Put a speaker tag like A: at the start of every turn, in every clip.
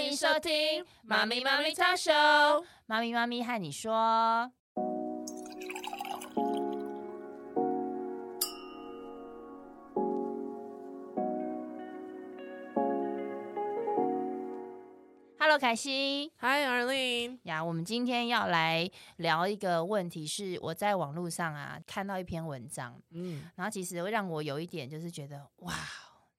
A: 迎收听《妈咪妈咪超秀》，妈咪妈咪和你说。Hello，凯西
B: 嗨，Arlene，
A: 呀，我们今天要来聊一个问题，是我在网络上啊看到一篇文章，
B: 嗯，
A: 然后其实会让我有一点就是觉得，哇，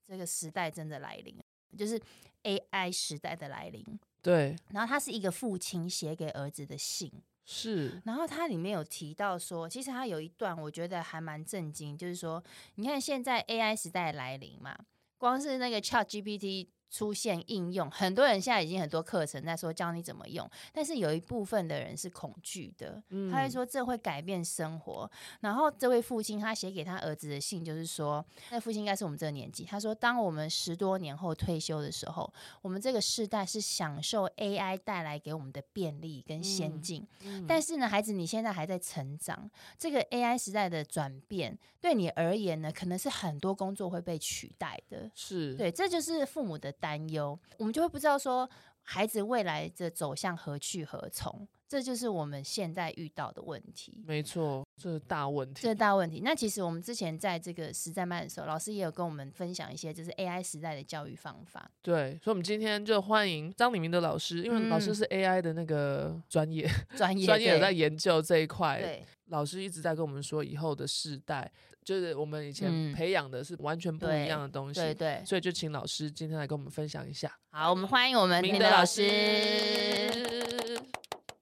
A: 这个时代真的来临，就是 AI 时代的来临。
B: 对，
A: 然后它是一个父亲写给儿子的信，
B: 是，
A: 然后它里面有提到说，其实它有一段我觉得还蛮震惊，就是说，你看现在 AI 时代来临嘛，光是那个 Chat GPT 出现应用，很多人现在已经很多课程在说教你怎么用，但是有一部分的人是恐惧的，
B: 嗯
A: 他会说这会改变生活。然后这位父亲他写给他儿子的信就是说，那父亲应该是我们这个年纪，他说，当我们十多年后退休的时候，我们这个世代是享受 AI 带来给我们的便利跟先
B: 嗯
A: 进。
B: 嗯
A: 但是呢，孩子，你现在还在成长，这个 AI 时代的转变对你而言呢，可能是很多工作会被取代的。
B: 是，，
A: 对，这就是父母的担忧，我们就会不知道说孩子未来的走向何去何从，这就是我们现在遇到的问题。
B: 没错，这是大问题
A: 这，大问题。那其实我们之前在这个实战班的时候，老师也有跟我们分享一些就是 AI 时代的教育方法。
B: 对，所以我们今天就欢迎张李明的老师，因为老
A: 嗯
B: 师是 AI 的那个专 业，
A: 专业
B: 专业有
A: 对
B: 在研究这一块，
A: 对
B: 老师一直在跟我们说，以后的世代就是我们以
A: 嗯
B: 前培养的是完全不
A: 对
B: 一样的东西，
A: 对对，
B: 所以就请老师今天来跟我们分享一下。
A: 好，我们欢迎我们明德老师。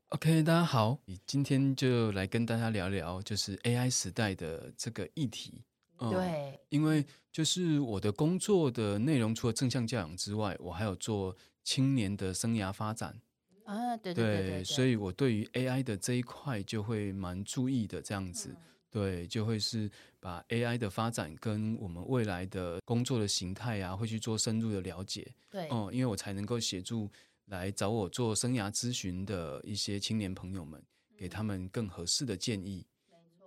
C: OK，大家好，今天就来跟大家聊聊，就是 AI 时代的这个议题。嗯，
A: 对，
C: 因为就是我的工作的内容，除了正向教养之外，我还有做青年的生涯发展。
A: 啊，对对对对对，
C: 所以我对于 AI 的这一块就会蛮注意的，这样子。
A: 嗯
C: 对，就会是把 AI 的发展跟我们未来的工作的形态啊，会去做深入的了解。
A: 对，
C: 哦、因为我才能够协助来找我做生涯咨询的一些青年朋友们，给
A: 嗯
C: 他们更合适的建议。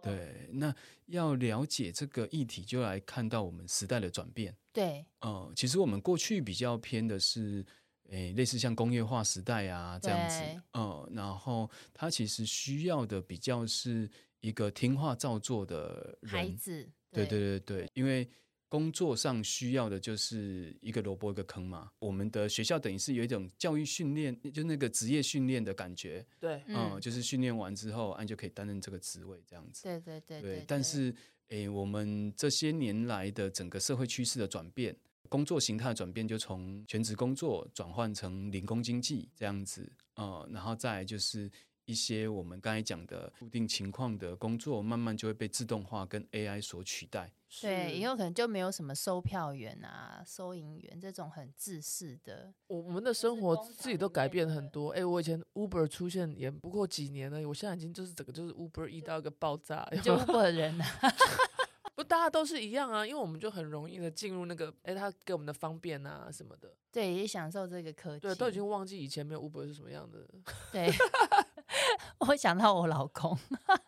C: 对，那要了解这个议题，就来看到我们时代的转变。
A: 对，
C: 呃，其实我们过去比较偏的是，诶，类似像工业化时代啊这样子
A: 对，
C: 呃，然后它其实需要的比较是一个听话照做的
A: 孩
C: 人，
A: 子，
C: 对对对对，因为工作上需要的就是一个萝卜一个坑嘛。我们的学校等于是有一种教育训练，就那个职业训练的感觉，
B: 对，
C: 嗯，
A: 嗯，
C: 就是训练完之后，啊，你就可以担任这个职位这样子。
A: 对对对对，
C: 但是诶、我们这些年来的整个社会趋势的转变。工作形态的转变就从全职工作转换成零工经济这样子，呃，然后再来就是一些我们刚才讲的固定情况的工作，慢慢就会被自动化跟 AI 所取代。
A: 对，以
B: 后
A: 后可能就没有什么售票员啊、收银员这种很自私的，
B: 我我们的
A: 是
B: 生活
A: 工
B: 自
A: 厂
B: 己都
A: 里
B: 改
A: 面
B: 变
A: 的
B: 很多。哎、我以前 Uber 出现也不过几年了，我现在已经就是整个就是 Uber 一到一个爆炸，有没
A: 就
B: 有
A: 日本人啊，
B: 不大家都是一样啊，因为我们就很容易的进入那个，哎、他给我们的方便啊什么的，
A: 对，也享受这个科技，
B: 对，都已经忘记以前没有 Uber 是什么样的。
A: 对。 我想到我老公，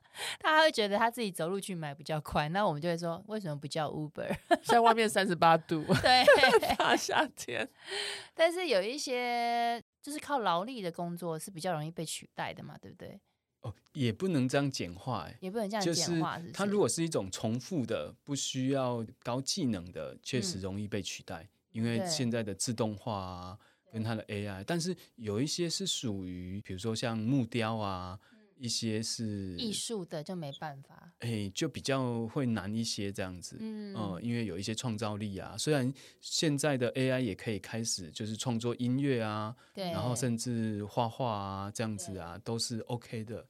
A: 他会觉得他自己走路去买比较快，那我们就会说为什么不叫 Uber？，
B: 现在外面三十八度
A: 对，
B: 大夏天，
A: 但是有一些就是靠劳力的工作是比较容易被取代的嘛，对不对？
C: 哦，也不能这样简化、欸，
A: 也不能这样
C: 就
A: 简化，是不
C: 它
A: 是
C: 如果是一种重复的、不需要高技能的，确实
A: 嗯
C: 容易被取代，因为
A: 对
C: 现在的自动化啊，跟它的 AI，但是有一些是属于，比如说像木雕啊，一些是
A: 嗯艺，术的就没办法，
C: 哎、就比较会难一些这样子。
A: 嗯
C: 嗯，因为有一些创造力啊，虽然现在的 AI 也可以开始就是创作音乐啊，
A: 对，
C: 然后甚至画画啊这样子啊，都是 OK 的。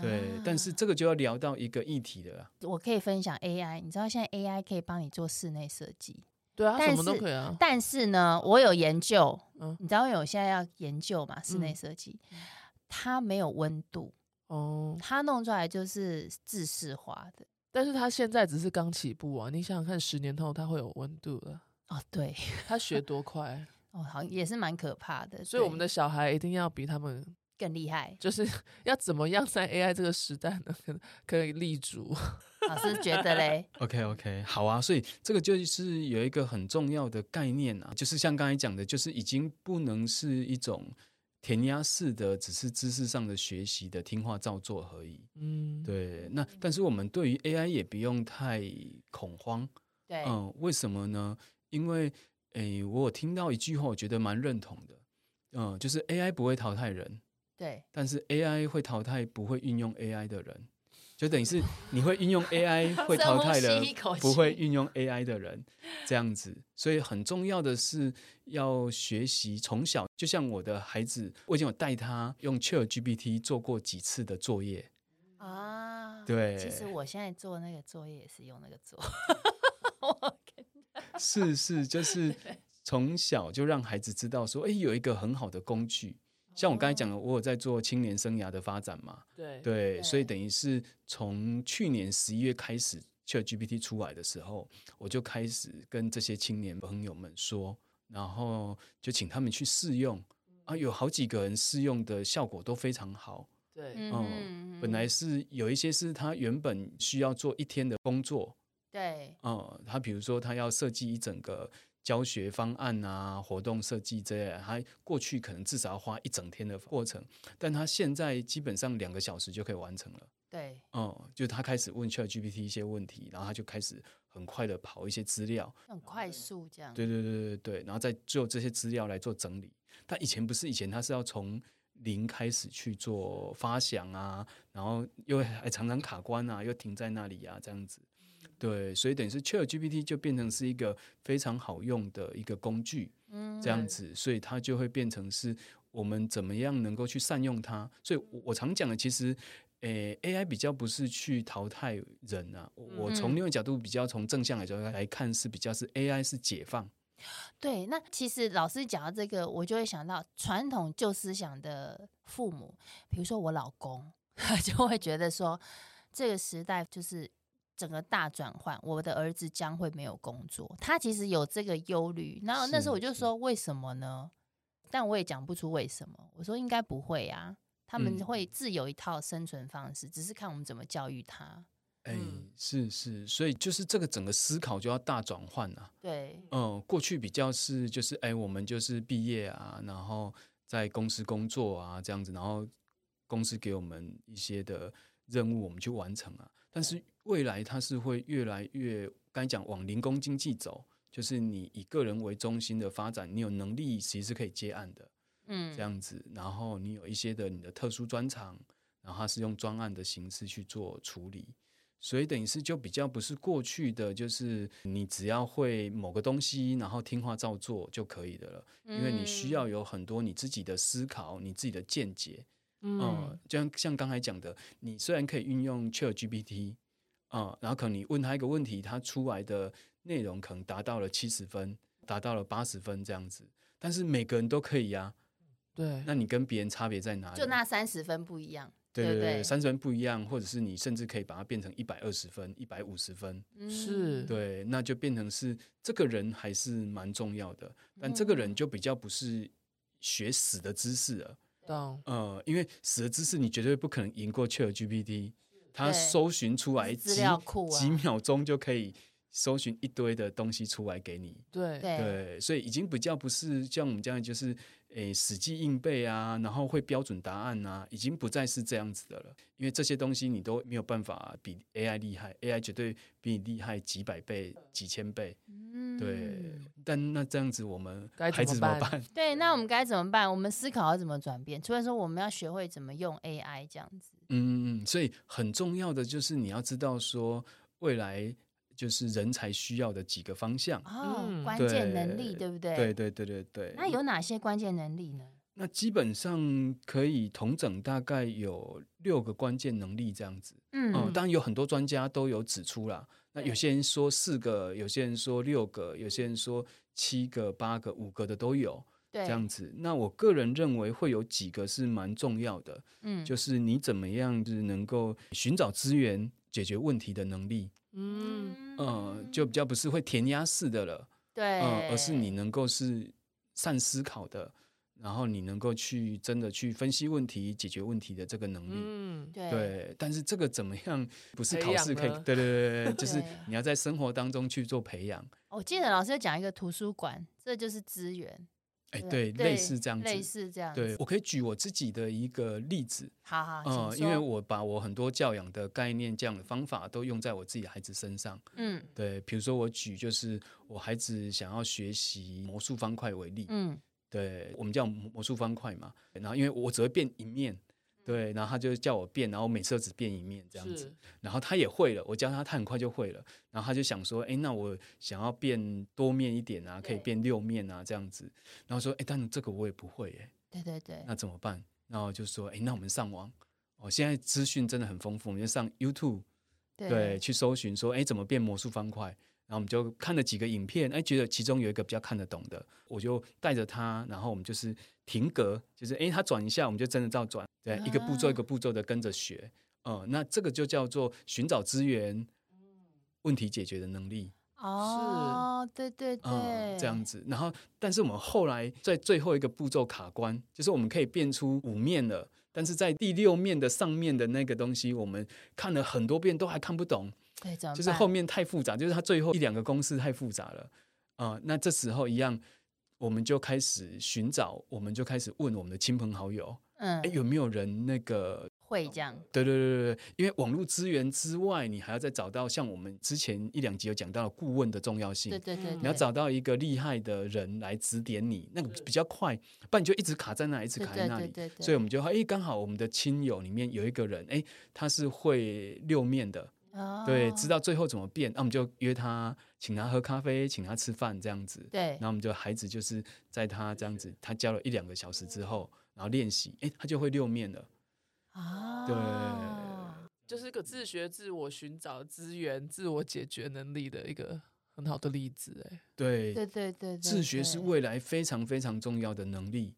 C: 对，
A: 啊
C: 但是这个就要聊到一个议题了啊。
A: 我可以分享 AI，你知道现在 AI 可以帮你做室内设计，
B: 对啊，
A: 但
B: 什么都
A: 是
B: 可以啊。
A: 但是呢，我有研究，
B: 嗯
A: 你知道因为我现在要研究嘛，室内
B: 嗯
A: 设计，它没有温度，
B: 哦，
A: 它弄出来就是自式化的。
B: 但是他现在只是刚起步啊，你想想看，十年后他会有温度了，
A: 哦，对，
B: 他学多快，
A: 哦，好像也是蛮可怕的，
B: 所以我
A: 对
B: 们的小孩一定要比他们
A: 更厉害。
B: 就是要怎么样在 AI 这个时代呢？可能可以立足，
A: 老师觉得 嘞，
C: OK OK，好啊，所以这个就是有一个很重要的概念啊，就是像刚才讲的，就是已经不能是一种填鸭式的，只是知识上的学习的听话照做而已。
B: 嗯，
C: 对，那但是我们对于 AI 也不用太恐慌，
A: 对，
C: 嗯，为什么呢？因为诶，我有听到一句话，我觉得蛮认同的，嗯，就是 AI 不会淘汰人，
A: 对，
C: 但是 AI 会淘汰不会运用 AI 的人，就等 于是你会运用 AI 会淘汰
A: 深
C: 了
A: 呼吸一口气
C: 不会运用 AI 的人，这样子。所以很重要的是要学习从小，就像我的孩子，我已经有带他用 ChatGPT 做过几次的作业，
B: 嗯
A: 啊，
C: 对
A: 其实我现在做那个作业也是用那个做，
C: 是 是，就是从小就让孩子知道说，哎，有一个很好的工具。像我刚才讲的，我有在做青年生涯的发展嘛，
B: 对
C: 对，所以
A: 对
C: 等于是从去年十一月开始，ChatGPT 出来的时候，我就开始跟这些青年朋友们说，然后就请他们去试用啊，有好几个人试用的效果都非常好。
B: 对，
A: 嗯
C: 嗯，本来是有一些是他原本需要做一天的工作，
A: 对，
C: 嗯，他比如说他要设计一整个教学方案啊、活动设计这类的，他过去可能至少要花一整天的过程，但他现在基本上两个小时就可以完成了。
A: 对，
C: 嗯，就他开始问 ChatGPT 一些问题，然后他就开始很快的跑一些资料，
A: 很
B: 嗯
A: 快速这样，
C: 对对对对对，然后再就这些资料来做整理。他以前不是以前他是要从零开始去做发想啊，然后又还常常卡关啊，又停在那里啊，这样子。对，所以等于是 ChatGPT 就变成是一个非常好用的一个工具，
A: 嗯
C: 这样子，所以它就会变成是我们怎么样能够去善用它。所以我我常讲的，其实，诶、a i 比较不是去淘汰人啊，我我从
A: 嗯
C: 另外一个角度比较从正向的角度来看，是比较是 AI 是解放。
A: 对，那其实老师讲到这个，我就会想到传统旧思想的父母，比如说我老公， 就会觉得说，这个时代就是整个大转换，我的儿子将会没有工作。他其实有这个忧虑，然后那时候
C: 是
A: 我就是说，为什么呢？但我也讲不出为什么。我说应该不会啊，他们
C: 嗯
A: 会自有一套生存方式，只是看我们怎么教育他。
C: 哎、
B: 嗯
C: 是是，所以就是这个整个思考就要大转换啊。
A: 对，
C: 嗯，过去比较是就是哎、我们就是毕业啊，然后在公司工作啊这样子，然后公司给我们一些的任务，我们去完成啊。但是未来它是会越来越，刚才讲往零工经济走，就是你以个人为中心的发展，你有能力其实是可以接案的
A: 嗯，
C: 这样子，然后你有一些的你的特殊专长，然后它是用专案的形式去做处理。所以等于是就比较不是过去的，就是你只要会某个东西，然后听话照做就可以的了，因为你需要有很多你自己的思考、你自己的见解。嗯，就像像刚才讲的，你虽然可以运用 Chat GPT 啊、然后可能你问他一个问题，他出来的内容可能达到了七十分，达到了八十分这样子，但是每个人都可以啊呀、
B: 对，
C: 那你跟别人差别在哪里？
A: 就那三十分不一样。
C: 对
A: 对
C: 对
A: 不
C: 对，
A: 对
C: 三十分不一样，或者是你甚至可以把它变成一百二十分、一百五十分。
A: 嗯
B: 是
C: 对，那就变成是这个人还是蛮重要的，但这个
A: 嗯
C: 人就比较不是学死的知识了，
B: 当
C: 呃，因为死的知识你绝对不可能赢过 ChatGPT，它
A: 对
C: 搜寻出来
A: 资
C: 几
A: 料库啊
C: 几秒钟就可以搜寻一堆的东西出来给你。
B: 对
A: 对
C: 对，所以已经比较不是像我们这样，就是诶死记硬背啊，然后会标准答案啊，已经不再是这样子的了。因为这些东西你都没有办法比 AI 厉害，AI 绝对比你厉害几百倍、几千倍。
A: 嗯
C: 对，但那这样子我们
B: 该怎
C: 孩子
B: 么
C: 怎么
B: 办
C: 办？
A: 对，那我们该怎么办？我们思考要怎么转变？除了说我们要学会怎么用 AI 这样子，
C: 嗯，所以很重要的就是你要知道说未来就是人才需要的几个方向。
A: 哦，
B: 嗯
A: 关键能力，
C: 对
A: 对不对？
C: 对对对对对。
A: 那有哪些关键能力呢？
C: 那基本上可以统整大概有六个关键能力这样子。
A: 嗯，
C: 嗯，当然有很多专家都有指出啦。那有
A: 对
C: 些人说四个，有些人说六个，有些人说七个、八个、五个的都有
A: 对，
C: 这样子。那我个人认为会有几个是蛮重要的，
A: 嗯，
C: 就是你怎么样就是能够寻找资源、解决问题的能力。
B: 嗯，
A: 嗯
C: 呃，就比较不是会填鸭式的了，
A: 对、
C: 呃，而是你能够是善思考的，然后你能够去真的去分析问题、解决问题的这个能力。
B: 嗯，
A: 对
C: 对，但是这个怎么样？不是
B: 培
C: 考
B: 养
C: 试可以
B: 呢，
C: 对对对对对， 就是
A: 对
C: 你要在生活当中去做培养。
A: 我记得老师有讲一个图书馆，这就是资源，
C: 哎，
A: 对
C: 对，类似这样
A: 类
C: 子。
A: 似这样
C: 对
A: 子。，
C: 我可以举我自己的一个例子，
A: 好好，
C: 嗯、
A: 请
C: 因为
A: 说
C: 我把我很多教养的概念、这样的方法都用在我自己的孩子身上。
A: 嗯
C: 对，比如说我举就是我孩子想要学习魔术方块为例，
A: 嗯，
C: 对我们叫魔魔术方块嘛，然后因为我只会变一面，
A: 嗯
C: 对，然后他就叫我变，然后我每次都只变一面这样子，
B: 是
C: 然后他也会了，我教他，他很快就会了，然后他就想说，哎，那我想要变多面一点啊，可以
A: 对
C: 变六面啊这样子，然后说，哎，但这个我也不会耶，
A: 对对对，
C: 那怎么办？然后就说，哎，那我们上网，哦，现在资讯真的很丰富，我们就上 YouTube。对，去搜寻说，哎，怎么变魔术方块？然后我们就看了几个影片，哎，觉得其中有一个比较看得懂的，我就带着他，然后我们就是停格，就是哎，他转一下，我们就真的照转，对，一个步骤一个步骤的跟着学，嗯、那这个就叫做寻找资源、问题解决的能力，
A: 哦，对对对，
C: 嗯，这样子。然后，但是我们后来在最后一个步骤卡关，就是我们可以变出五面了，但是在第六面的上面的那个东西，我们看了很多遍都还看不懂。
A: 对，怎么
C: 就是
A: 办
C: 后面太复杂，就是它最后一两个公式太复杂了啊、呃那这时候一样，我们就开始寻找，我们就开始问我们的亲朋好友，
A: 嗯
C: 哎，有没有人那个？
A: 会这样，
C: 对对对对对，因为网络资源之外，你还要再找到像我们之前一两集有讲到的顾问的重要性。
A: 对对对，
B: 嗯
C: 你要
A: 对
C: 找到一个厉害的人来指点你，那个比较快，不然你就一直卡在那里，一直
A: 对
C: 卡在
A: 对
C: 那
A: 对
C: 里。
A: 对对，
C: 所以我们就哎，刚好我们的亲友里面有一个人，哎，他是会六面的，对，知
A: 道
C: 道最后怎么变，那我们就约他，请他喝咖啡，请他吃饭这样子。
A: 对
C: 然，后我们就孩子就是在他这样子，他教了一两个小时之后，然后练习，哎，他就会六面了。
A: 啊，
C: 对
B: 就是一个自学、自我寻找资源、自我解决能力的一个很好的例子。哎，
C: 对，
A: 对对对，
C: 自学是
A: 为
C: 未来非常非常重要的能力。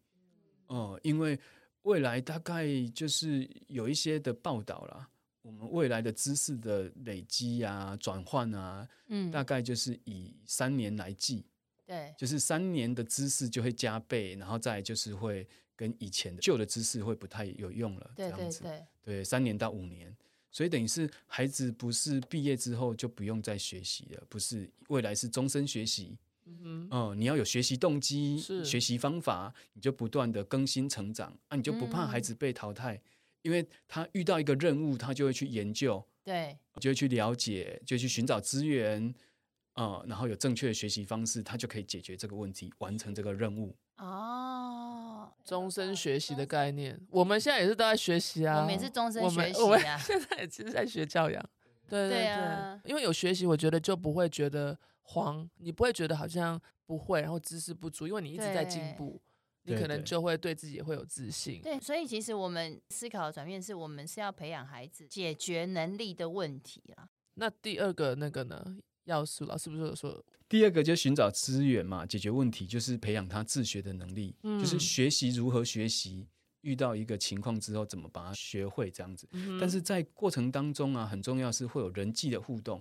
C: 哦、因为未来大概就是有一些的报道啦，我们未来的知识的累积啊、转换啊，
A: 嗯
C: 大概就是以三年来计。
A: 对
C: 就是三年的知识就会加倍，然后再来就是会跟以前的旧的知识会不太有用了，
A: 对
C: 这
A: 对
C: 样子。
A: 对，
C: 对，三年到五年，所以等于是孩子不是毕业之后就不用再学习了，不是未来是终身学习。
B: 嗯哼，
C: 嗯、你要有学习动机、
B: 是
C: 学习方法，你就不断的更新成长，啊，你就不怕孩
A: 嗯
C: 子被淘汰，因为他遇到一个任务，他就会去研究，
A: 对
C: 就会去了解，就会去寻找资源，呃，然后有正确的学习方式，他就可以解决这个问题，完成这个任务。
A: 哦，
B: 终身学习的概念，我们现在也是都在学习啊，
A: 我们也是终身
B: 我
A: 学
B: 们
A: 习
B: 我们
A: 啊
B: 现在也是在学教养。对
A: 对
B: 对，
A: 啊
B: 因为有学习，我觉得就不会觉得慌，你不会觉得好像不会，然后知识不足，因为你一直在进
A: 对
B: 步，你
C: 对
B: 可能
C: 对
B: 就会对自己也会有自信。
A: 对，所以其实我们思考的转变是我们是要培养孩子解决能力的问题啦。
B: 那第二个那个呢？要素老师不是有说，
C: 第二个就是寻找资源嘛，解决问题就是培养他自学的能力，就是
B: 嗯
C: 学习如何学习，遇到一个情况之后怎么把它学会这样子。
B: 嗯
C: 但是在过程当中啊，很重要是会有人际的互动，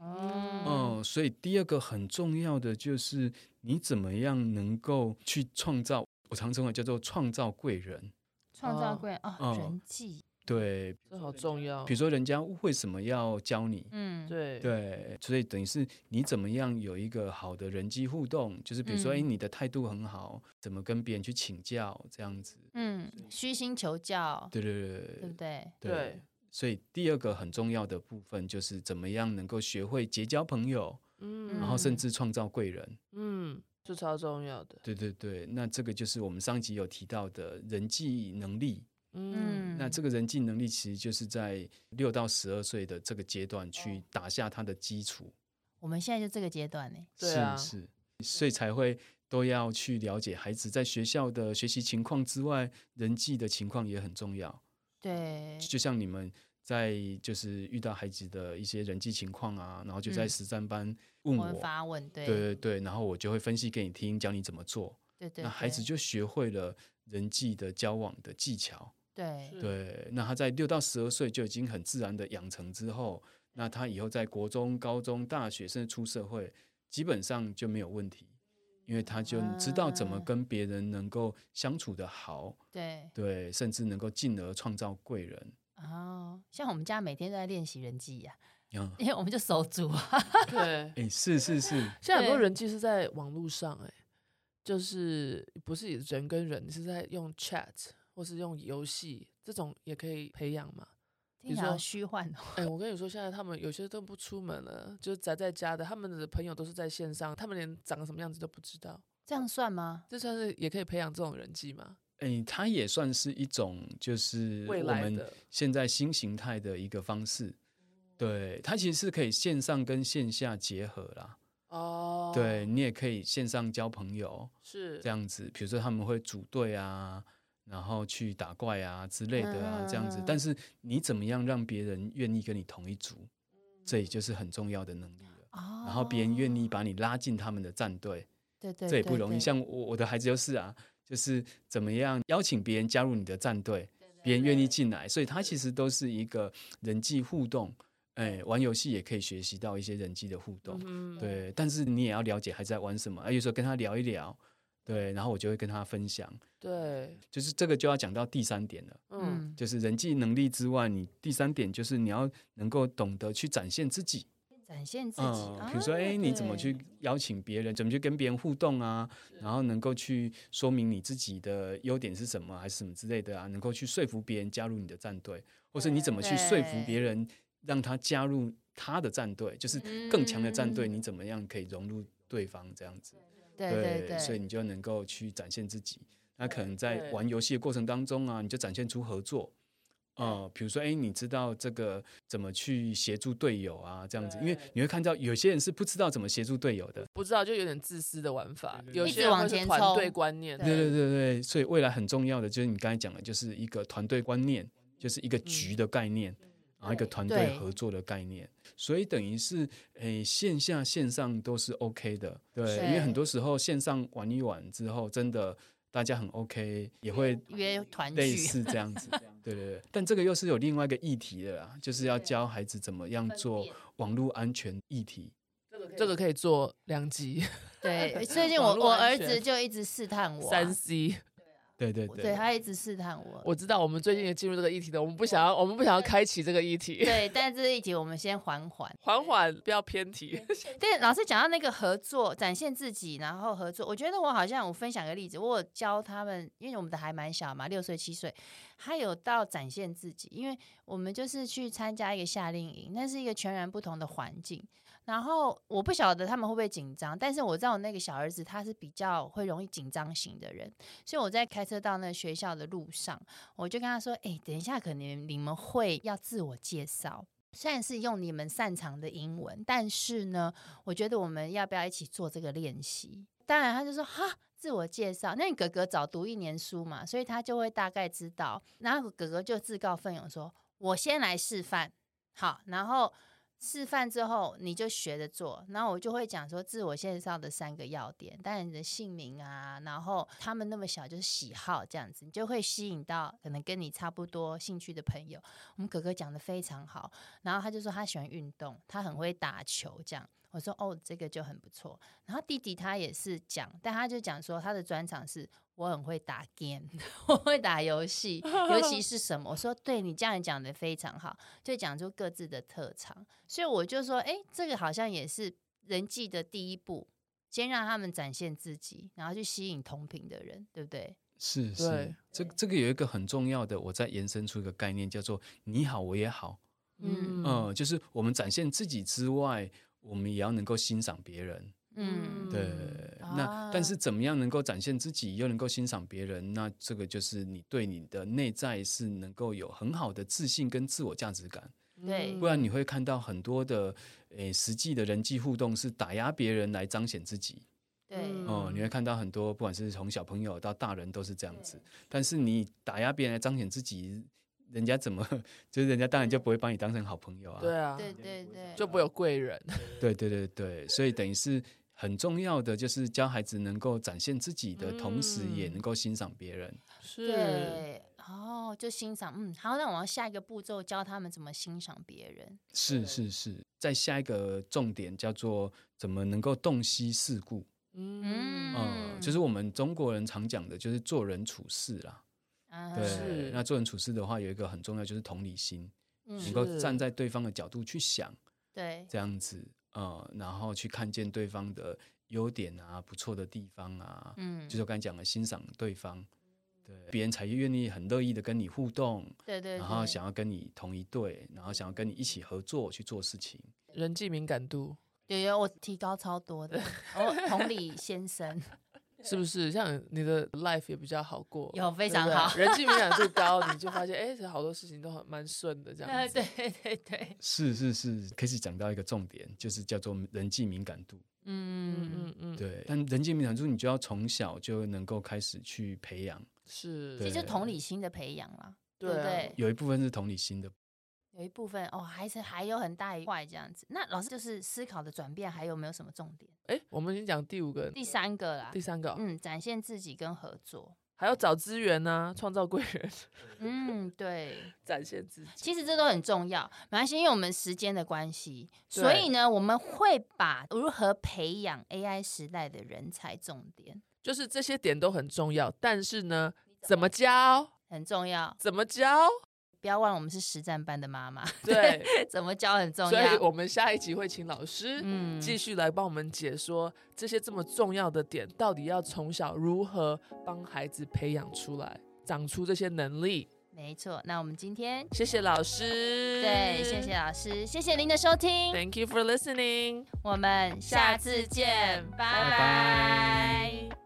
B: 嗯
C: 嗯、
A: 哦，
C: 所以第二个很重要的就是你怎么样能够去创造，我常称为叫做创造贵人。
A: 创造贵人哦，
C: 嗯
A: 人际，
C: 对，
B: 这好重要
C: 比。如说人家为什么要教你？
A: 嗯，
B: 对，
C: 对，所以等于是你怎么样有一个好的人际互动，就是比如说，哎、
A: 嗯
C: 你的态度很好，怎么跟别人去请教这样子。
A: 嗯，虚心求教，
C: 对对对
A: 对
C: 对
A: 不嗯对？
B: 对
C: 所以第二个很重要的部分就是怎么样能够学会结交朋友，
B: 嗯
C: 然后甚
A: 嗯
C: 至创造贵人。
B: 嗯，这超重要的。
C: 对对对，那这个就是我们上一集有提到的人际能力。
B: 嗯，
A: 嗯，
C: 那这个人际能力其实就是在六到十二岁的这个阶段去打下它的基础。
A: 我们现在就这个阶段呢，
B: 对啊
C: 是是，所以才会都要去了解孩子在学校的学习情况之外，人际的情况也很重要。
A: 对，
C: 就像你们在就是遇到孩子的一些人际情况啊，然后就在
A: 嗯
C: 实战班问
A: 我们
C: 我，
A: 发问，对
C: 对
A: 对
C: 对对，然后我就会分析给你听，教你怎么做。
A: 对对，
C: 那孩子就学会了人际的交往的技巧。
A: 对
B: 是
C: 对，那他在六到十二岁就已经很自然的养成之后，那他以后在国中、高中、大学甚至出社会，基本上就没有问题，因为他就
B: 啊
C: 知道怎么跟别人能够相处的好，
A: 对，
C: 对，甚至能够进而创造贵人。
A: 哦，像我们家每天都在练习人际呀、
C: 嗯，
A: 因为我们就手足啊，
B: 对，
C: 哎，是是是，
B: 现在很多
A: 对
B: 人际是在网络上、欸，哎，就是不是人跟人，是在用 chat 或是用游戏这种也可以培养嘛？
A: 听起来好虚幻哦。
B: 哎、我跟你说，现在他们有些都不出门了，就是宅在家的，他们的朋友都是在线上，他们连长什么样子都不知道，
A: 这样算吗？
B: 这算是也可以培养这种人际吗？
C: 哎，它也算是一种就是
B: 未
C: 我
B: 来
C: 们
B: 的哦
C: 现在新形态的一个方式。对，它其实是可以线上跟线下结合啦。
B: 哦，
C: 对，你也可以线上交朋友，
B: 是
C: 这样子，比如说他们会组队啊，然后去打怪啊之类的啊，这样子
A: 嗯。
C: 但是你怎么样让别人愿意跟你同一组，这也就是很重要的能力了。
A: 嗯哦，
C: 然后别人愿意把你拉进他们的战队，
A: 对，对对，
C: 这也不容
A: 对
C: 易。像我我的孩子就是啊，就是怎么样邀请别人加入你的战队，别人愿意进来，所以他
A: 嗯
C: 其实都是一个人际互动。哎，玩游戏也可以学习到一些人际的互动。
B: 嗯，
C: 对，但是你也要了解孩子在玩什么，啊，有时候跟他聊一聊，对，然后我就会跟他分享，
B: 对，
C: 就是这个就要讲到第三点了，
B: 嗯，
A: 嗯，
C: 就是人际能力之外，你第三点就是你要能够懂得去展现自己，
A: 展现自己，
C: 嗯，比如说，
A: 啊
C: 哎，你怎么
A: 对
C: 去邀请别人，怎么去跟别人互动啊，然后能够去说明你自己的优点是什么，还是什么之类的啊，能够去说服别人加入你的战队，或是你怎么去说服别人让他加入他的战队，就是更强的战队，
A: 嗯
C: 你怎么样可以融入对方这样子？
A: 对对对，
C: 所以你就能够去展现自己。那可能在
B: 对
C: 玩游戏的过程当中啊，你就展现出合作。呃，比如说，哎，你知道这个怎么去协助队友啊，这样子，因为
B: 对
C: 你会看到有些人是不知道怎么协助队友的，
B: 不知道就有点自私的玩法，
C: 对对
B: 有
A: 一
B: 些
A: 直
B: 人
A: 往
B: 会是
A: 前
B: 团
A: 冲
B: 队观念，
A: 对
C: 对对对对，所以未来很重要的就是你刚才讲的，就是一个团队观念，就是一个局的概念，然后一个团队
A: 嗯对
C: 合作的概念。所以等于是，诶，线下线上都是 OK 的，对，
A: 对
C: 因为很多时候线上玩一玩之后，真的大家很 OK，也会
A: 约团
C: 类
A: 聚，
C: 似这样子，对对对。但这个又是有另外一个议题的啦，就是要教孩子怎么样做网络安全议题。
B: 这个可以做两集
A: 对，最近
B: 网
A: 我
B: 络
A: 我
B: 安
A: 儿
B: 全
A: 子就一直试探我啊、
B: 三 C。
C: 对对
A: 对他一直试探我，
B: 我知道我们最近也进入这个议题了，我们不想要，我们不想要开启这个议题，
A: 对，但这一集我们先缓缓。
B: 缓缓，不要偏题。
A: 对，老师讲到那个合作，展现自己，然后合作，我觉得我好像我分享个例子，我有教他们，因为我们的还蛮小嘛，六岁七岁，他有到展现自己，因为我们就是去参加一个夏令营，那是一个全然不同的环境。然后我不晓得他们会不会紧张，但是我知道我那个小儿子他是比较会容易紧张型的人，所以我在开车到那个学校的路上，我就跟他说：“哎、等一下，可能你们会要自我介绍。”虽然是用你们擅长的英文，但是呢，我觉得我们要不要一起做这个练习？当然，他就说哈，自我介绍。那你哥哥早读一年书嘛，所以他就会大概知道。然后哥哥就自告奋勇说：“我先来示范。”好，然后示范之后你就学着做。然后我就会讲说自我介绍的三个要点，当然你的姓名啊，然后他们那么小就是喜好这样子，你就会吸引到可能跟你差不多兴趣的朋友。我们哥哥讲的非常好，然后他就说他喜欢运动，他很会打球这样。我说哦，这个就很不错。然后弟弟他也是讲，但他就讲说他的专长是我很会打 game，我 会打游戏，尤其是什么？我说对你这样讲的非常好，就讲出各自的特长。所以我就说，哎，这个好像也是人际的第一步，先让他们展现自己，然后去吸引同频的人，对不对？
C: 是
B: 对
C: 是，这这个有一个很重要的，我再延伸出一个概念，叫做“你好，我也好”。
A: 嗯
C: 嗯、就是我们展现自己之外，我们也要能够欣赏别人。
A: 嗯，
C: 对，
A: 嗯
C: 那
A: 啊
C: 但是怎么样能够展现自己，又能够欣赏别人？那这个就是你对你的内在是能够有很好的自信跟自我价值感。
B: 嗯
A: 对嗯
C: 不然你会看到很多的诶实际的人际互动是打压别人来彰显自己。
A: 对，
B: 嗯
C: 哦、你会看到很多，不管是从小朋友到大人都是这样子。但是你打压别人来彰显自己，人家怎么就是人家当然就不会把你当成好朋友啊。
B: 对啊，
A: 对对对，
B: 就不会有贵人。
C: 对对对对所以等于是很重要的，就是教孩子能够展现自己的同时，也
B: 嗯
C: 能够欣赏别人。
B: 是，
A: 对，哦，就欣赏，嗯，好，那我要下一个步骤教他们怎么欣赏别人。
C: 是是是，在下一个重点叫做怎么能够洞悉事故。
B: 嗯，
C: 呃，就是我们中国人常讲的，就是做人处事啦。
A: 啊
C: 对
B: 嗯是，
C: 那做人处事的话，有一个很重要就是同理心，能
A: 嗯
C: 够
B: 是
C: 站在对方的角度去想，
A: 对，
C: 这样子，呃，然后去看见对方的优点啊、不错的地方啊，
A: 嗯，
C: 就是我刚才讲的欣赏对方，对，别人才愿意很乐意的跟你互动，
A: 对对，
C: 然后
A: 对
C: 想要跟你同一队，然后想要跟你一起合作去做事情。
B: 人际敏感度
A: 有有我提高超多的，我同理先生
B: 是不是像你的 life 也比较好过？
A: 有非
B: 非
A: 常好，
B: 人际敏感度 高，你就发现哎，诶其实好多事情都很蛮顺的这样
A: 呃
B: 子。
A: 对对对，
C: 是是是，开始讲到一个重点，就是叫做人际敏感度。
B: 嗯
A: 嗯，
B: 嗯嗯，
C: 对，但人际敏感度你就要从小就能够开始去培养，
B: 是，
A: 其
C: 对
A: 实就同理心的培养啦，对不
B: 啊
A: 对？
C: 有一部分是同理心的
A: 有一部分哦，还是还有很大一块这样子。那老师就是思考的转变，还有没有什么重点？
B: 哎，我们已经讲第五个，
A: 第三个啦
B: 第，三个哦
A: 嗯，展现自己跟合作，
B: 还要找资源呐，创造贵人，
A: 嗯，对。
B: 展现自己。
A: 其实这都很重要，没关系，因为我们时间的关系，所以呢，我们会把如何培养 AI 时代的人才重点
B: 就是这些点都很重要，但是呢，怎么教，
A: 很重要，
B: 怎么 教，
A: 不要忘了我们是实战班的妈妈，
B: 对，
A: 怎么教很重
B: 所以
A: 要。
B: 我们下一集会请老师
A: 嗯
B: 继续来帮我们解说这些这么重要的点，到底要从小如何帮孩子培养出来，长出这些能力。
A: 没错，那我们今天
B: 谢谢老师，
A: 对，谢谢老师，谢谢您的收听，
B: ，Thank you for listening。
A: 我们下次见，拜
C: 拜
A: 拜。